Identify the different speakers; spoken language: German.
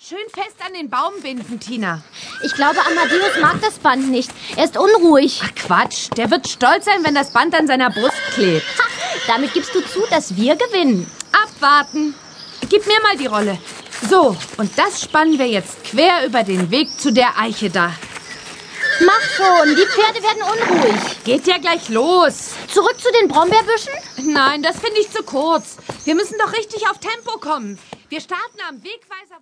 Speaker 1: schön fest an den Baum binden, Tina.
Speaker 2: Ich glaube, Amadeus mag das Band nicht. Er ist unruhig.
Speaker 1: Ach Quatsch, der wird stolz sein, wenn das Band an seiner Brust klebt.
Speaker 2: Ha, damit gibst du zu, dass wir gewinnen.
Speaker 1: Abwarten. Gib mir mal die Rolle. So, und das spannen wir jetzt quer über den Weg zu der Eiche da.
Speaker 2: Mach schon, die Pferde werden unruhig.
Speaker 1: Geht ja gleich los.
Speaker 2: Zurück zu den Brombeerbüschen?
Speaker 1: Nein, das finde ich zu kurz. Wir müssen doch richtig auf Tempo kommen. Wir starten am Wegweiser. wo-